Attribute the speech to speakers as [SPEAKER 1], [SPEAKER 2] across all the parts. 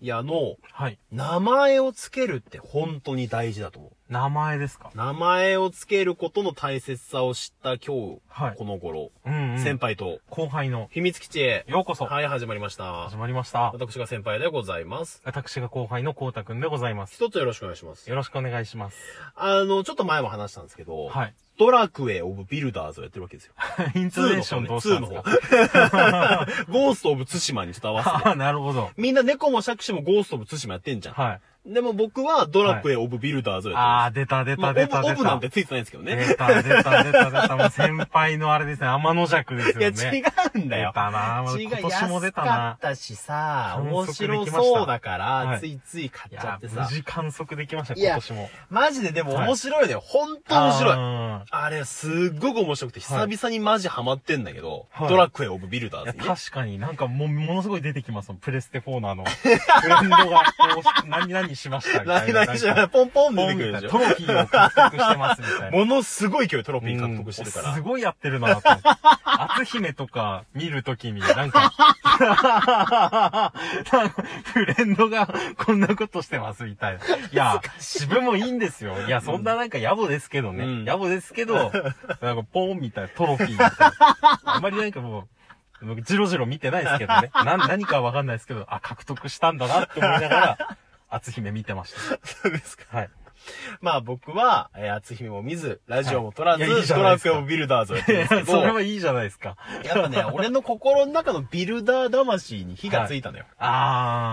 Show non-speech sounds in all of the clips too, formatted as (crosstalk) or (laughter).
[SPEAKER 1] 屋の
[SPEAKER 2] はい。
[SPEAKER 1] 名前をつけるって本当に大事だと思う。
[SPEAKER 2] 名前ですか
[SPEAKER 1] 名前をつけることの大切さを知った今日、
[SPEAKER 2] はい
[SPEAKER 1] この頃、
[SPEAKER 2] うん、
[SPEAKER 1] 先輩と
[SPEAKER 2] 後輩の、
[SPEAKER 1] 秘密基地へ、
[SPEAKER 2] ようこそ、
[SPEAKER 1] はい、始まりました
[SPEAKER 2] 始。まりました。
[SPEAKER 1] 私が先輩でございます。
[SPEAKER 2] 私が後輩のこうたくんでございます。
[SPEAKER 1] 一つよろしくお願いします。
[SPEAKER 2] よろしくお願いします。
[SPEAKER 1] あの、ちょっと前も話したんですけど、 (laughs)
[SPEAKER 2] はい。
[SPEAKER 1] ドラクエオブビルダーズをやってるわけですよ。
[SPEAKER 2] イントネーションどうしたんですか
[SPEAKER 1] か (laughs) ゴーストオブツシマに伝わせて。
[SPEAKER 2] ああ、 (laughs) なるほど。
[SPEAKER 1] みんな猫もシもゴーストオブツシマやってんじゃん。 (laughs)
[SPEAKER 2] はい。
[SPEAKER 1] でも僕はドラクエオブビルダーズを
[SPEAKER 2] あ
[SPEAKER 1] や
[SPEAKER 2] あ、出た出
[SPEAKER 1] って (laughs) ま
[SPEAKER 2] た
[SPEAKER 1] す。
[SPEAKER 2] 出
[SPEAKER 1] まあオ
[SPEAKER 2] た
[SPEAKER 1] ブ、オ
[SPEAKER 2] 出
[SPEAKER 1] ブなんて
[SPEAKER 2] た。
[SPEAKER 1] ついてないんですけどね。
[SPEAKER 2] 出た出た出た出た。もう先輩のあれですね、天の弱です
[SPEAKER 1] いや、
[SPEAKER 2] よね。
[SPEAKER 1] 違うんだよ
[SPEAKER 2] 出。たな
[SPEAKER 1] 違う
[SPEAKER 2] 今年も出た
[SPEAKER 1] 安かっ
[SPEAKER 2] な
[SPEAKER 1] たしさ、
[SPEAKER 2] 反
[SPEAKER 1] 面
[SPEAKER 2] 則できま
[SPEAKER 1] 白
[SPEAKER 2] した
[SPEAKER 1] そうだから、
[SPEAKER 2] はい
[SPEAKER 1] ついつい買
[SPEAKER 2] い
[SPEAKER 1] っちゃっ
[SPEAKER 2] や
[SPEAKER 1] て
[SPEAKER 2] 無
[SPEAKER 1] さ。
[SPEAKER 2] 事観測できました、
[SPEAKER 1] いや
[SPEAKER 2] 今年も。
[SPEAKER 1] マジででも
[SPEAKER 2] はい
[SPEAKER 1] 面白いね。本当面白い。
[SPEAKER 2] 白
[SPEAKER 1] あれ、すっごく面白くて、久々にマジハマってんだけど、
[SPEAKER 2] はい
[SPEAKER 1] ドラクエオブビルダ
[SPEAKER 2] い
[SPEAKER 1] ー
[SPEAKER 2] や、
[SPEAKER 1] ズにね。
[SPEAKER 2] 確かになんかもう、ものすごい出てきますもん。プレステ4のあの、 (laughs) フレンドが、こう、何々しましたみた
[SPEAKER 1] ないい
[SPEAKER 2] な。
[SPEAKER 1] ないじゃ
[SPEAKER 2] なん
[SPEAKER 1] ん、ポンポン
[SPEAKER 2] ポ
[SPEAKER 1] 出
[SPEAKER 2] ン
[SPEAKER 1] てく
[SPEAKER 2] みた
[SPEAKER 1] る
[SPEAKER 2] いな
[SPEAKER 1] でしょ
[SPEAKER 2] ト。ロフィーを獲得してますみたいな。
[SPEAKER 1] ものすごい勢いトロフィー獲得してるか
[SPEAKER 2] うん
[SPEAKER 1] ら
[SPEAKER 2] す。ごいやって
[SPEAKER 1] (laughs)
[SPEAKER 2] るなと思って。篤姫とか見るときに、なんか、なんかフレンドがこんなことしてますみたいな。いや、自分もいいんですよ。いや、そんななんか野暮ですけどね。
[SPEAKER 1] うん
[SPEAKER 2] 野暮ですけど、
[SPEAKER 1] (laughs)
[SPEAKER 2] なんかポンみたいなトロフィーみたいな。あんまりなんかもう、僕、ジロジロ見てないですけ
[SPEAKER 1] (laughs)
[SPEAKER 2] どね。な、何かわかんないですけど、あ、獲得したんだなって思いながら、篤姫見てまし
[SPEAKER 1] そうですか。
[SPEAKER 2] た。はい。
[SPEAKER 1] (laughs) まあ僕は、えー、厚姫も見ず、ラジオも撮らず、
[SPEAKER 2] はいいやいいじゃ
[SPEAKER 1] ド
[SPEAKER 2] ない
[SPEAKER 1] ラ
[SPEAKER 2] です
[SPEAKER 1] ク
[SPEAKER 2] か
[SPEAKER 1] エオブビルダーズをやってるんですけど、
[SPEAKER 2] (laughs) それ
[SPEAKER 1] やっ
[SPEAKER 2] はいいじゃないですか。
[SPEAKER 1] ぱ
[SPEAKER 2] (laughs)
[SPEAKER 1] ね、俺の心の中のビルダー魂に火がついたのよ。
[SPEAKER 2] あ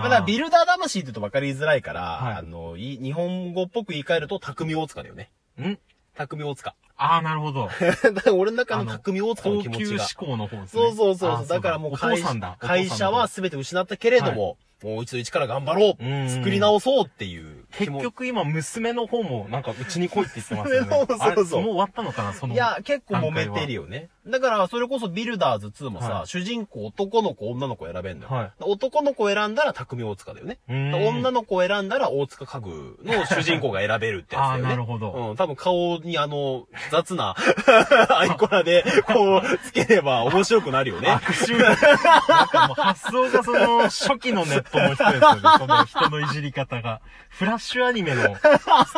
[SPEAKER 1] ま
[SPEAKER 2] ー。
[SPEAKER 1] あだからビルダー魂って言うと分かりづらいから、
[SPEAKER 2] はい
[SPEAKER 1] あの、い日本語っぽく言い換えると、匠大塚だよね。
[SPEAKER 2] ん
[SPEAKER 1] 匠大
[SPEAKER 2] (laughs)
[SPEAKER 1] 塚。
[SPEAKER 2] ああ、なるほど。
[SPEAKER 1] だから俺の中の
[SPEAKER 2] あの
[SPEAKER 1] 匠大塚の
[SPEAKER 2] 高
[SPEAKER 1] 気
[SPEAKER 2] 級
[SPEAKER 1] 持ちが。
[SPEAKER 2] 志向の方ですね。
[SPEAKER 1] そうそうそう
[SPEAKER 2] あ
[SPEAKER 1] そ
[SPEAKER 2] ー
[SPEAKER 1] う。だからもう
[SPEAKER 2] お父
[SPEAKER 1] 会
[SPEAKER 2] さんだ。
[SPEAKER 1] 会社は
[SPEAKER 2] お父さんだ
[SPEAKER 1] 全て失ったけれども、もう一度一から頑張ろう
[SPEAKER 2] うんうん
[SPEAKER 1] 作り直そうっていう気
[SPEAKER 2] 結
[SPEAKER 1] も。
[SPEAKER 2] 局今、娘の方も、なんか、うちに来いって言ってますよね。
[SPEAKER 1] 娘の方
[SPEAKER 2] あれ
[SPEAKER 1] そうそう
[SPEAKER 2] もう終わったのかな、その。
[SPEAKER 1] いや、結構揉めてるよね。だから、それこそビルダーズ2もさ、
[SPEAKER 2] はい
[SPEAKER 1] 主人公男の子、女の子選べんのよ。
[SPEAKER 2] はい
[SPEAKER 1] 男の子選んだら匠大塚だよね。
[SPEAKER 2] うーん
[SPEAKER 1] 女の子選んだら大塚家具の主人公が選べるってやつだよね。
[SPEAKER 2] あーなるほど
[SPEAKER 1] うん、多分顔にあの、雑な (laughs) アイコラで、こう、つければ面白くなるよね。
[SPEAKER 2] 悪臭だ。なんかもう発想がその、初期のネットの人ですよね。その人のいじり方が。フラッシュアニメの作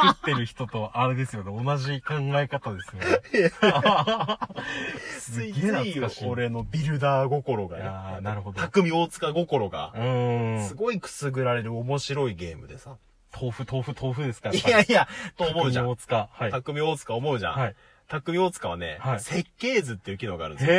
[SPEAKER 2] ってる人と、あれですよね。同じ考え方ですよね。す
[SPEAKER 1] つい
[SPEAKER 2] げ
[SPEAKER 1] つい
[SPEAKER 2] え懐かしい。
[SPEAKER 1] 俺のビルダー心が
[SPEAKER 2] いやー
[SPEAKER 1] ね、
[SPEAKER 2] なるほど。う
[SPEAKER 1] 匠大塚心が、
[SPEAKER 2] ー
[SPEAKER 1] す
[SPEAKER 2] ん。
[SPEAKER 1] ごいくすぐられる面白いゲームでさ。
[SPEAKER 2] 豆腐、豆腐、豆腐ですか
[SPEAKER 1] いやいや、と思うじゃん
[SPEAKER 2] 大。塚。はい。
[SPEAKER 1] 匠大塚思うじゃん。
[SPEAKER 2] はい。
[SPEAKER 1] 匠大塚はね、
[SPEAKER 2] はい
[SPEAKER 1] 設計図っていう機能があるんですよ。
[SPEAKER 2] へ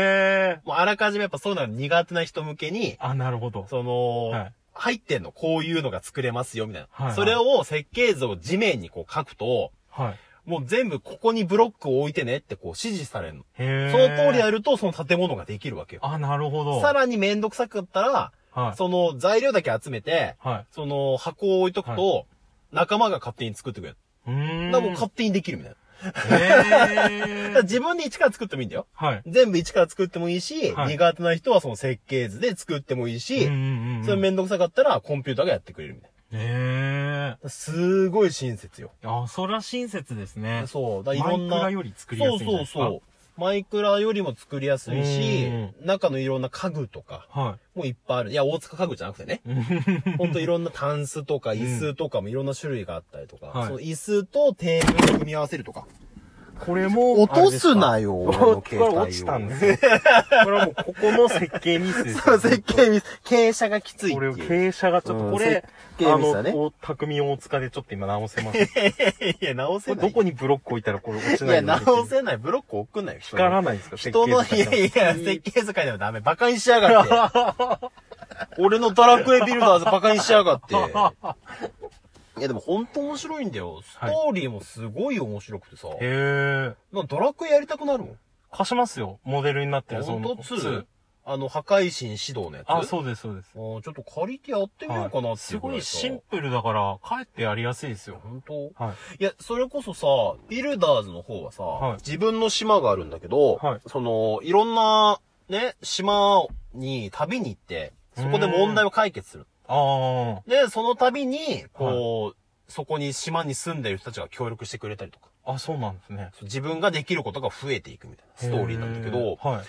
[SPEAKER 2] え。
[SPEAKER 1] もうあらかじめやっぱそういうのが苦手な人向けに、
[SPEAKER 2] あ、なるほど。
[SPEAKER 1] その、
[SPEAKER 2] はい
[SPEAKER 1] 入ってんの、こういうのが作れますよ、みたいな。
[SPEAKER 2] はいはい
[SPEAKER 1] それを設計図を地面にこう書くと、
[SPEAKER 2] はい。
[SPEAKER 1] もう全部ここにブロックを置いてねってこう指示されるの。
[SPEAKER 2] へえ。
[SPEAKER 1] その通りや
[SPEAKER 2] る。
[SPEAKER 1] るとその建物ができるわけよ。
[SPEAKER 2] あ、なるほど。
[SPEAKER 1] さらにめんどくさかったら、
[SPEAKER 2] はい。
[SPEAKER 1] その材料だけ集めて、
[SPEAKER 2] は
[SPEAKER 1] その箱を置いとくと、仲間が勝手に作ってくれる。
[SPEAKER 2] い。うーん。
[SPEAKER 1] だからもう勝手にできるみたいな。だ
[SPEAKER 2] へ
[SPEAKER 1] から
[SPEAKER 2] え。
[SPEAKER 1] 自分で一から作ってもいいんだよ。
[SPEAKER 2] はい。
[SPEAKER 1] 全部一から作ってもいいし、
[SPEAKER 2] はい
[SPEAKER 1] 苦手な人はその設計図 (laughs) で作ってもいいし、
[SPEAKER 2] うんうんうん。
[SPEAKER 1] それめんどくさかったらコンピューターがやってくれるみたい
[SPEAKER 2] へえ。
[SPEAKER 1] な。すごい親切よ。
[SPEAKER 2] あ、そりゃ親切ですね。
[SPEAKER 1] そう。だからいろんな。
[SPEAKER 2] マイクラより作りやすいんじゃないですか
[SPEAKER 1] そうそうそう。マイクラよりも作りやすいし
[SPEAKER 2] うん、
[SPEAKER 1] 中のいろんな家具とか、
[SPEAKER 2] は
[SPEAKER 1] もういっぱいある。いや、大塚家具じゃなくて
[SPEAKER 2] (laughs)
[SPEAKER 1] ね。ほんといろんなタンスとか椅子とかもいろんな種類があったりとか、
[SPEAKER 2] はい
[SPEAKER 1] その椅子とテーブルを組み合わせるとか。
[SPEAKER 2] い。これも
[SPEAKER 1] 落とすなよ、
[SPEAKER 2] こ
[SPEAKER 1] 俺
[SPEAKER 2] れ
[SPEAKER 1] の携帯を
[SPEAKER 2] 落ちたんで
[SPEAKER 1] (laughs)
[SPEAKER 2] すよ。これはもうここの設計ミスですよ。
[SPEAKER 1] そう、設計ミス。傾斜がきついっ
[SPEAKER 2] こ
[SPEAKER 1] て
[SPEAKER 2] れ
[SPEAKER 1] い
[SPEAKER 2] を
[SPEAKER 1] う。
[SPEAKER 2] 傾斜がちょっと、これ、
[SPEAKER 1] うん設計ミスだ
[SPEAKER 2] あ
[SPEAKER 1] ね
[SPEAKER 2] の、こう匠大塚でちょっと今直せます。
[SPEAKER 1] いや、直
[SPEAKER 2] こ
[SPEAKER 1] せ
[SPEAKER 2] れ
[SPEAKER 1] ない。
[SPEAKER 2] どこにブロック置いたらこれ落ち
[SPEAKER 1] い
[SPEAKER 2] ない
[SPEAKER 1] や、
[SPEAKER 2] の
[SPEAKER 1] 直せない。ブロック送んないよ、人に
[SPEAKER 2] 光らないんですか
[SPEAKER 1] 人の、い
[SPEAKER 2] 設計図
[SPEAKER 1] や
[SPEAKER 2] だけ
[SPEAKER 1] いや、設計図書いてもダメ。バカにしやがって。 (laughs) 俺のドラクエビルダーズバカにしやがって。 (laughs) いや、でもほんと面白いんだよ。ストーリーもすごい面白くてさ。
[SPEAKER 2] へー。
[SPEAKER 1] なんかドラクエやりたくなるもん。
[SPEAKER 2] 貸しますよ。モデルになってる、
[SPEAKER 1] ほ
[SPEAKER 2] そ
[SPEAKER 1] ん
[SPEAKER 2] の。
[SPEAKER 1] と2。あの、破壊神指導のやつ。
[SPEAKER 2] あ、
[SPEAKER 1] う。
[SPEAKER 2] そうです、そうです。
[SPEAKER 1] ちょっと借りてやってみようかな
[SPEAKER 2] は
[SPEAKER 1] っ
[SPEAKER 2] い
[SPEAKER 1] てい
[SPEAKER 2] す
[SPEAKER 1] うぐ
[SPEAKER 2] ご
[SPEAKER 1] ら
[SPEAKER 2] い
[SPEAKER 1] さ
[SPEAKER 2] シンプルだから、かえってやりやすいですよ。
[SPEAKER 1] 本当
[SPEAKER 2] はい。
[SPEAKER 1] いや、それこそさ、ビルダーズの方はさ、
[SPEAKER 2] はい
[SPEAKER 1] 自分の島があるんだけど、
[SPEAKER 2] はい
[SPEAKER 1] その、いろんな、ね、島に旅に行って、そこで問題を解決する。
[SPEAKER 2] あー。
[SPEAKER 1] で、その旅に、こう、そこに島に住んでる人たちが協力してくれたりとか、
[SPEAKER 2] あ、そうなんですね。
[SPEAKER 1] 自分ができることが増えていくみたいなストーリーなんだけ
[SPEAKER 2] へ
[SPEAKER 1] ど、
[SPEAKER 2] ーはい。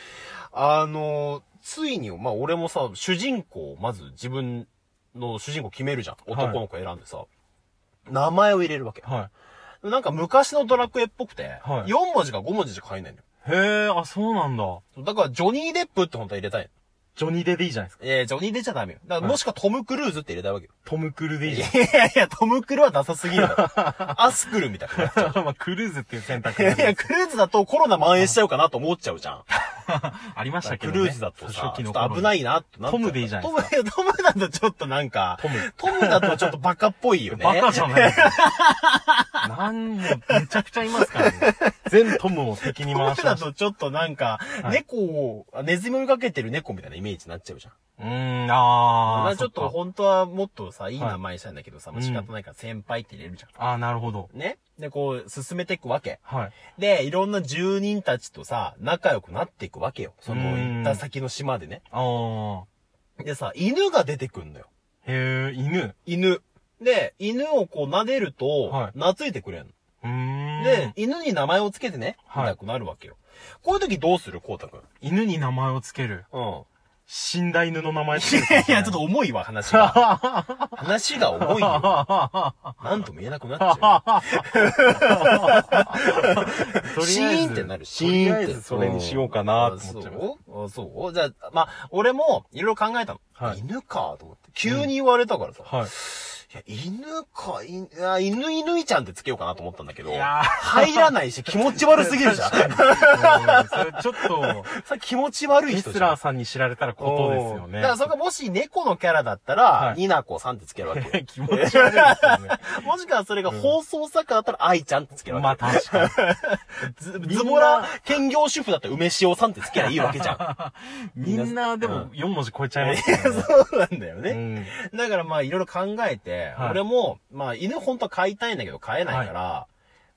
[SPEAKER 1] あの、ついに、まあ、俺もさ、主人公をまず自分の主人公決めるじゃん。男の子選んでさ。名前を入れるわけ。
[SPEAKER 2] は
[SPEAKER 1] なんか昔のドラクエっぽくて、
[SPEAKER 2] はい
[SPEAKER 1] 4文字か5文字しか入んないのよ
[SPEAKER 2] い。へえ、あ、そうなんだ。。
[SPEAKER 1] だから、ジョニー・デップって本当は入れたいの。
[SPEAKER 2] ジョニー・デでいいじゃないですか。
[SPEAKER 1] えー、ジョニー・デップじゃダメよ。だから、もしくはトム・クルーズって入れたいわけよ。
[SPEAKER 2] トム・クルーでいい
[SPEAKER 1] い
[SPEAKER 2] じゃ
[SPEAKER 1] やいやいや、トム・クルーはダサすぎるだ
[SPEAKER 2] (laughs)
[SPEAKER 1] ろ。アスクルみたいになっちゃ (laughs)
[SPEAKER 2] ん。まあ、クルーズっていう選択
[SPEAKER 1] う。いやいや、
[SPEAKER 2] 肢
[SPEAKER 1] クルーズだとコロナ蔓延しちゃうかなと思っちゃうじゃん。
[SPEAKER 2] ありましたけ
[SPEAKER 1] ク
[SPEAKER 2] どね。
[SPEAKER 1] ルーズだとさ、ちょっと危
[SPEAKER 2] い。
[SPEAKER 1] ないなってなっちゃう
[SPEAKER 2] トムでいいじゃない
[SPEAKER 1] トム、 (laughs) トムだとちょっとなんか、
[SPEAKER 2] トム。
[SPEAKER 1] トムだとちょっとバカっぽいよね。
[SPEAKER 2] バカじゃ (laughs) ないですか。なんも、めちゃくちゃいますからね。全トムを敵に
[SPEAKER 1] トム
[SPEAKER 2] 回し
[SPEAKER 1] だ
[SPEAKER 2] ました。
[SPEAKER 1] とちょっとなんか、
[SPEAKER 2] はい
[SPEAKER 1] 猫を、あネズミ追いかけてる猫みたいなイメージになっちゃうじゃん。
[SPEAKER 2] うーん、あ
[SPEAKER 1] ま
[SPEAKER 2] ー。
[SPEAKER 1] あちょっ
[SPEAKER 2] そ
[SPEAKER 1] と
[SPEAKER 2] か、
[SPEAKER 1] 本当はもっとさ、いい名前したいんだけどさ、まあ仕方ないから先輩って入れるじゃ
[SPEAKER 2] あー、なるほど。
[SPEAKER 1] ん。ねで、こう、進めていくわけ。
[SPEAKER 2] はい。
[SPEAKER 1] で、いろんな住人たちとさ、仲良くなっていくわけよ。その、
[SPEAKER 2] うん
[SPEAKER 1] 行った先の島でね。
[SPEAKER 2] あー。
[SPEAKER 1] でさ、犬が出てくんのよ。
[SPEAKER 2] へえ、犬。
[SPEAKER 1] 犬。で、犬をこう撫でると、
[SPEAKER 2] はい
[SPEAKER 1] 懐いてくれんの。
[SPEAKER 2] うーん。
[SPEAKER 1] で、、犬に名前をつけてね、
[SPEAKER 2] はい
[SPEAKER 1] 見たくなるわけよ。こういう時どうするこうたくん。
[SPEAKER 2] 犬に名前をつける。
[SPEAKER 1] うん。
[SPEAKER 2] 死んだ犬の名前つ
[SPEAKER 1] い
[SPEAKER 2] ける。
[SPEAKER 1] や (laughs) いや、ちょっと重いわ、話が。 (laughs) 話が重い (laughs) よ。なんとも言えなくなっちゃ
[SPEAKER 2] と
[SPEAKER 1] う。
[SPEAKER 2] り
[SPEAKER 1] シ
[SPEAKER 2] あえず
[SPEAKER 1] ーンってなる、シーンって。
[SPEAKER 2] とりあえずそれにしようかなって思っちゃいます。
[SPEAKER 1] うんあそうあそうじゃあ、まあ、俺も、いろいろ考えたの。
[SPEAKER 2] はい
[SPEAKER 1] 犬か、と思って。急に言われたからさ。
[SPEAKER 2] はい。
[SPEAKER 1] いや、犬か、いあ犬犬いちゃんってつけようかなと思ったんだけど、
[SPEAKER 2] いやー
[SPEAKER 1] 入らないし気持ち悪すぎる
[SPEAKER 2] (laughs)
[SPEAKER 1] じゃん。
[SPEAKER 2] うんそれちょっと、
[SPEAKER 1] さ気持ち悪い
[SPEAKER 2] ミ
[SPEAKER 1] 人
[SPEAKER 2] ス
[SPEAKER 1] じゃ
[SPEAKER 2] ラ
[SPEAKER 1] ん
[SPEAKER 2] ー。さんに知られたらことですよ
[SPEAKER 1] おー
[SPEAKER 2] ね。
[SPEAKER 1] だからそこもし猫のキャラだった
[SPEAKER 2] は
[SPEAKER 1] ら、
[SPEAKER 2] い
[SPEAKER 1] ニナコさんってつけるわけよ。
[SPEAKER 2] 気持ち悪いです (laughs) よね。
[SPEAKER 1] もしくはそれが放送作家だったら、愛ちゃんってつけるわけ
[SPEAKER 2] まあ確 (laughs) かに。
[SPEAKER 1] ズ
[SPEAKER 2] みんな
[SPEAKER 1] ズボラ兼業主婦だったら梅塩さんってつけりゃいいわけじゃん。
[SPEAKER 2] みんなでも4文字超えちゃいま
[SPEAKER 1] い
[SPEAKER 2] す
[SPEAKER 1] や
[SPEAKER 2] よね。
[SPEAKER 1] (laughs) そうなんだよ
[SPEAKER 2] う
[SPEAKER 1] ね。
[SPEAKER 2] ん
[SPEAKER 1] だからまあいろいろ考えて、
[SPEAKER 2] はい
[SPEAKER 1] 俺も、まあ犬本当は飼いたいんだけど飼えないから、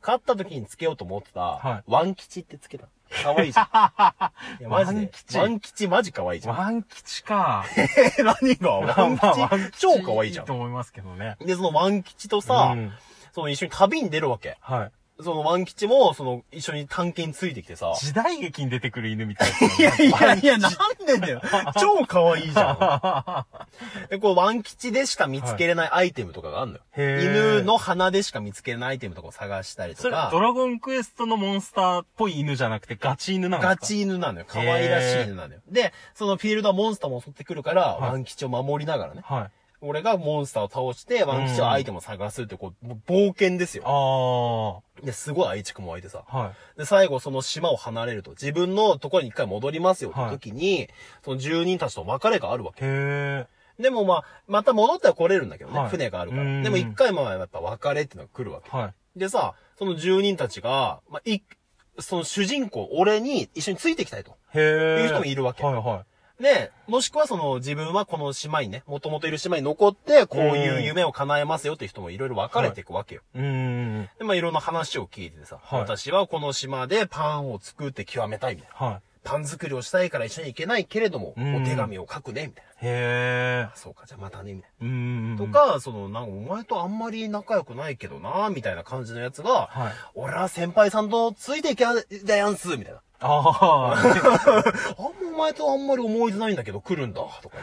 [SPEAKER 1] 飼った時につけようと思ってた、
[SPEAKER 2] は
[SPEAKER 1] ワン吉ってつけた。可愛い
[SPEAKER 2] (laughs)
[SPEAKER 1] じゃん。いやマジで。
[SPEAKER 2] ワ
[SPEAKER 1] ワ
[SPEAKER 2] ン
[SPEAKER 1] ン
[SPEAKER 2] 吉
[SPEAKER 1] 吉。ワン吉マジ可愛いじゃん。
[SPEAKER 2] ワン吉か。
[SPEAKER 1] (laughs) え、何が
[SPEAKER 2] ま
[SPEAKER 1] ワ
[SPEAKER 2] あ
[SPEAKER 1] ン
[SPEAKER 2] まあワン
[SPEAKER 1] 吉
[SPEAKER 2] 吉
[SPEAKER 1] 超可愛いじゃ
[SPEAKER 2] と
[SPEAKER 1] ん。
[SPEAKER 2] 思いますけどね。
[SPEAKER 1] で、そのワン吉とさ、
[SPEAKER 2] うん
[SPEAKER 1] その一緒に旅に出るわけ。
[SPEAKER 2] はい。
[SPEAKER 1] そのワン吉も、その一緒に探検ついてきてさ。
[SPEAKER 2] 時代劇に出てくる犬み (laughs) たい
[SPEAKER 1] いやいやいや、
[SPEAKER 2] な
[SPEAKER 1] なんでだよ。超可愛いじゃ
[SPEAKER 2] (laughs)
[SPEAKER 1] ん。で、こう、ワン吉でしか見つけれないアイテムとかがあるのよ。
[SPEAKER 2] へー
[SPEAKER 1] 犬の鼻でしか見つけれないアイテムとかを探したり
[SPEAKER 2] そ
[SPEAKER 1] と
[SPEAKER 2] れ、ド
[SPEAKER 1] か、
[SPEAKER 2] ラゴンクエストのモンスターっぽい犬じゃなくてガチ犬なんですか
[SPEAKER 1] ガチ犬なのよ。可愛らしい犬なのよ。で、そのフィールドはモンスターも襲ってくるから、
[SPEAKER 2] はい
[SPEAKER 1] ワン吉を守りながらね。
[SPEAKER 2] はい。
[SPEAKER 1] 俺がモンスターを倒して、ワン吉はアイテムを探すって、こう、もう冒険です
[SPEAKER 2] あ
[SPEAKER 1] よ。
[SPEAKER 2] あ。は
[SPEAKER 1] で、すごい愛着も湧いてさ。
[SPEAKER 2] い。
[SPEAKER 1] で、最後その島を離れると、自分のところに一回戻りますよって時に、その住人たちと別れがあるわけ。
[SPEAKER 2] へえ。
[SPEAKER 1] でもまあ、また戻っては来れるんだけどね、
[SPEAKER 2] はい
[SPEAKER 1] 船があるか
[SPEAKER 2] うん
[SPEAKER 1] ら。でも一回まあ、やっぱ別れってのが来るわけ。
[SPEAKER 2] はい。
[SPEAKER 1] でさ、その住人たちが、まあ、い、その主人公、俺に一緒についてきたいと。
[SPEAKER 2] へえ。
[SPEAKER 1] いう人もいるわけ
[SPEAKER 2] はいは
[SPEAKER 1] で、もしくはその自分はこの島にね、元々いる島に残って、こういう夢を叶えますよって人もいろいろ分かれていくわけよ。
[SPEAKER 2] い。うーん。
[SPEAKER 1] で、まあいろんな話を聞いててさ、
[SPEAKER 2] はい
[SPEAKER 1] 私はこの島でパンを作って極めたいみたいな。
[SPEAKER 2] は
[SPEAKER 1] パン作りをしたいから一緒に行けないけれども、
[SPEAKER 2] うん
[SPEAKER 1] お手紙を書くね、みたいな。
[SPEAKER 2] い。へえ。
[SPEAKER 1] そうか、じゃあまたね、みたいう
[SPEAKER 2] ーん。
[SPEAKER 1] な。と、か、その、なんか、お前とあんまり仲良くないけどな、みたいな感じのやつが、
[SPEAKER 2] はい。
[SPEAKER 1] 俺は先輩さんとついていきゃ、だやんす、みたいな。
[SPEAKER 2] あ
[SPEAKER 1] あんまお前とあんまり思い出ないんだけど、来るんだ、とか。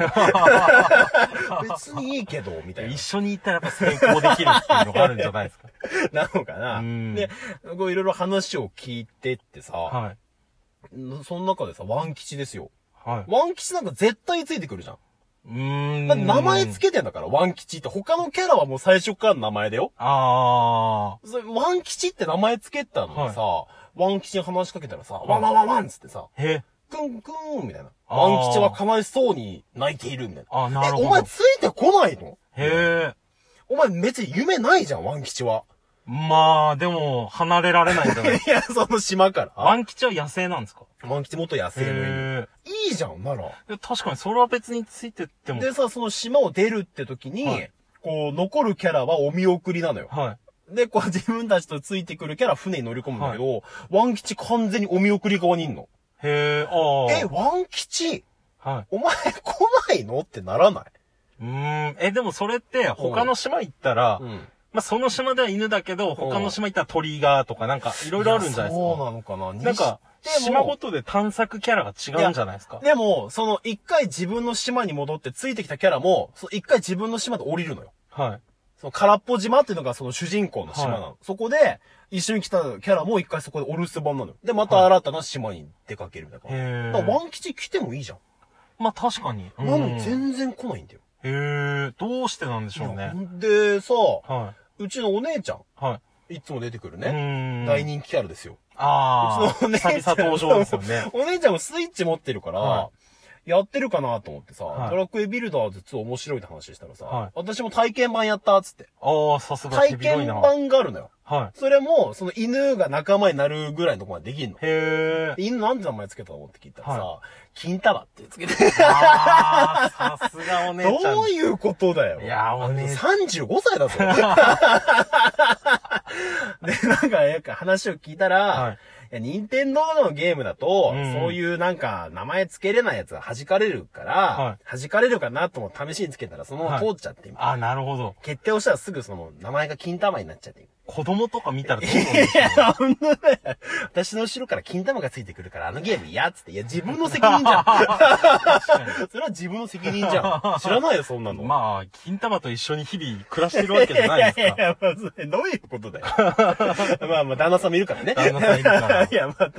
[SPEAKER 2] (laughs)
[SPEAKER 1] 別にいいけど、みた
[SPEAKER 2] あ。
[SPEAKER 1] いな
[SPEAKER 2] 一。緒に行ったらやっぱ成功できるっていうのがあるんじゃないで
[SPEAKER 1] (laughs)
[SPEAKER 2] すか。
[SPEAKER 1] なのかな
[SPEAKER 2] うん。
[SPEAKER 1] で、こういろいろ話を聞いてってさ、
[SPEAKER 2] はい。
[SPEAKER 1] その中でさ、ワン吉ですよ。
[SPEAKER 2] はい。
[SPEAKER 1] ワン吉なんか絶対ついてくるじゃん。
[SPEAKER 2] うーん。
[SPEAKER 1] だって名前つけてんだから、ワン吉って。他のキャラはもう最初からの名前だよ。
[SPEAKER 2] あ
[SPEAKER 1] それワン吉って名前つけたのにさ、ワン吉に話しかけたらさ、ワンワンワンワンっつってさ、
[SPEAKER 2] あ。へ。
[SPEAKER 1] クンクンみたいな。
[SPEAKER 2] あー
[SPEAKER 1] ワン吉はかわいそうに泣いているみたいな。
[SPEAKER 2] あ、なるほど。
[SPEAKER 1] え、お前ついてこないの
[SPEAKER 2] へえ。
[SPEAKER 1] お前別に夢ないじゃん、ワン吉は。
[SPEAKER 2] まあ、でも、離れられないんじゃな
[SPEAKER 1] (laughs)
[SPEAKER 2] い
[SPEAKER 1] いや、その島から。
[SPEAKER 2] ワン吉は野生なんですか
[SPEAKER 1] ワン吉元野生の
[SPEAKER 2] へ
[SPEAKER 1] いいじゃん、なら。
[SPEAKER 2] え。確かに、それは別についてっても。
[SPEAKER 1] でさ、その島を出るって時に、
[SPEAKER 2] はい
[SPEAKER 1] こう、残るキャラはお見送りなのよ。
[SPEAKER 2] は
[SPEAKER 1] で、こう自分たちとついてくるキャラ船に乗り込むんだけど、ワン吉完全にお見送り側にいんの。
[SPEAKER 2] い。へえ、ああ。
[SPEAKER 1] え、ワン吉
[SPEAKER 2] はい。
[SPEAKER 1] お前来ないのってならないう
[SPEAKER 2] ーん。え、でもそれって、他の島行ったら、
[SPEAKER 1] ん。
[SPEAKER 2] まあ、その島では犬だけど、他の島行ったら鳥がとか、なんか、いろ
[SPEAKER 1] い
[SPEAKER 2] いろあるんじゃないですか。
[SPEAKER 1] そうなのかな。
[SPEAKER 2] なんか、島ごとで探索キャラが違うんじゃないですか
[SPEAKER 1] でも、その一回自分の島に戻ってついてきたキャラも、その一回自分の島で降りるのよ。
[SPEAKER 2] はい。
[SPEAKER 1] その空っぽ島っていうのがその主人公の島なの。
[SPEAKER 2] は
[SPEAKER 1] そこで、一緒に来たキャラも一回そこでお留守番なのよ。で、また新たな島に出かけるみたいな。だ
[SPEAKER 2] へ
[SPEAKER 1] から
[SPEAKER 2] ー。
[SPEAKER 1] ワン吉来てもいいじゃん。
[SPEAKER 2] まあ確かに。うん
[SPEAKER 1] なのに全然来ないんだよ。
[SPEAKER 2] へー。どうしてなんでしょう
[SPEAKER 1] いや
[SPEAKER 2] ね。
[SPEAKER 1] で、さ、
[SPEAKER 2] は
[SPEAKER 1] うちのお姉ちゃ
[SPEAKER 2] い。はい。
[SPEAKER 1] ん、いつも出てくる
[SPEAKER 2] う
[SPEAKER 1] ね。
[SPEAKER 2] ーん。
[SPEAKER 1] 大人気キャラですよ。う
[SPEAKER 2] あ
[SPEAKER 1] ちの
[SPEAKER 2] あ、
[SPEAKER 1] お姉ちゃん
[SPEAKER 2] 久々登場ですよ
[SPEAKER 1] (laughs)
[SPEAKER 2] ね。
[SPEAKER 1] お姉ちゃんもスイッチ持ってるから、
[SPEAKER 2] は
[SPEAKER 1] やってるかなと思ってさ、
[SPEAKER 2] はい
[SPEAKER 1] ドラクエビルダーズ2面白いって話したらさ、
[SPEAKER 2] はい
[SPEAKER 1] 私も体験版やったっつって。
[SPEAKER 2] ああ、さすが手
[SPEAKER 1] 体
[SPEAKER 2] 広い
[SPEAKER 1] 験
[SPEAKER 2] な。
[SPEAKER 1] 版があるのよ。
[SPEAKER 2] は
[SPEAKER 1] それも、その犬が仲間になるぐらいのとこまでできんの。
[SPEAKER 2] い。へー。
[SPEAKER 1] 犬なんて名前つけたのって聞いたらさ、
[SPEAKER 2] は
[SPEAKER 1] 金玉ってつけて。
[SPEAKER 2] ああ、さすがお姉ちゃん。
[SPEAKER 1] どういうことだよ。
[SPEAKER 2] いやーお姉ちゃん
[SPEAKER 1] 35歳だぞ。で、なんか、なんか話を聞いたら、
[SPEAKER 2] はい
[SPEAKER 1] いや、任天堂のゲームだと、
[SPEAKER 2] うん
[SPEAKER 1] そういうなんか、名前つけれないやつは弾かれるから、
[SPEAKER 2] は
[SPEAKER 1] 弾かれるかなと思って試しにつけたら、そのまま通っちゃって、
[SPEAKER 2] あ、なるほど。
[SPEAKER 1] 決定をしたらすぐその、名前が金玉になっちゃって。
[SPEAKER 2] 子供とか見たらどうなんでしょうね
[SPEAKER 1] 私の後ろから金玉がついてくるから、あのゲーム嫌っつって、いや、自分の責任じ
[SPEAKER 2] (laughs)
[SPEAKER 1] ゃん。それは自分の責任じゃん。知らないよ、そんなの。
[SPEAKER 2] まあ、金玉と一緒に日々暮らしてるわけじゃないです
[SPEAKER 1] い (laughs)
[SPEAKER 2] か。
[SPEAKER 1] やいや、まあ、それどういうこと
[SPEAKER 2] (laughs)
[SPEAKER 1] だよ。まあまあ、旦那さんもいるからね。
[SPEAKER 2] 旦那さんいるから
[SPEAKER 1] (laughs) いや、また、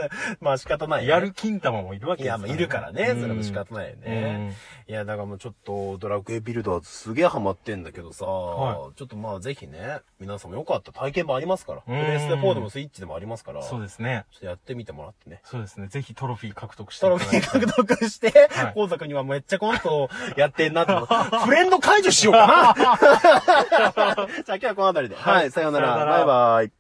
[SPEAKER 1] まあ仕方ないよね、
[SPEAKER 2] やる金玉もいるわけ
[SPEAKER 1] い
[SPEAKER 2] で
[SPEAKER 1] や、
[SPEAKER 2] すからね、
[SPEAKER 1] まあいるからね。それも仕方ないよね。いや、だからもうちょっと、ドラクエビルダーズすげえハマってんだけどさ、
[SPEAKER 2] は
[SPEAKER 1] ちょっとまあぜひね、皆さんもよかったら体験版ありますから。プ
[SPEAKER 2] うん
[SPEAKER 1] レイステ4でもスイッチでもありますから、
[SPEAKER 2] そう
[SPEAKER 1] ちょ
[SPEAKER 2] ですね。
[SPEAKER 1] っとやってみてもらってね。
[SPEAKER 2] そうですね。ぜひトロフィー獲得して
[SPEAKER 1] トロ
[SPEAKER 2] いただ
[SPEAKER 1] フ
[SPEAKER 2] い
[SPEAKER 1] ィ
[SPEAKER 2] て
[SPEAKER 1] ー獲得して、
[SPEAKER 2] はい
[SPEAKER 1] 後作にはめっちゃコントやってんな
[SPEAKER 2] (laughs)
[SPEAKER 1] と思って、フレンド解除しようかなじゃあ今日はこの辺りで。はい、さような
[SPEAKER 2] さよう
[SPEAKER 1] ら。
[SPEAKER 2] なら
[SPEAKER 1] バイバイ。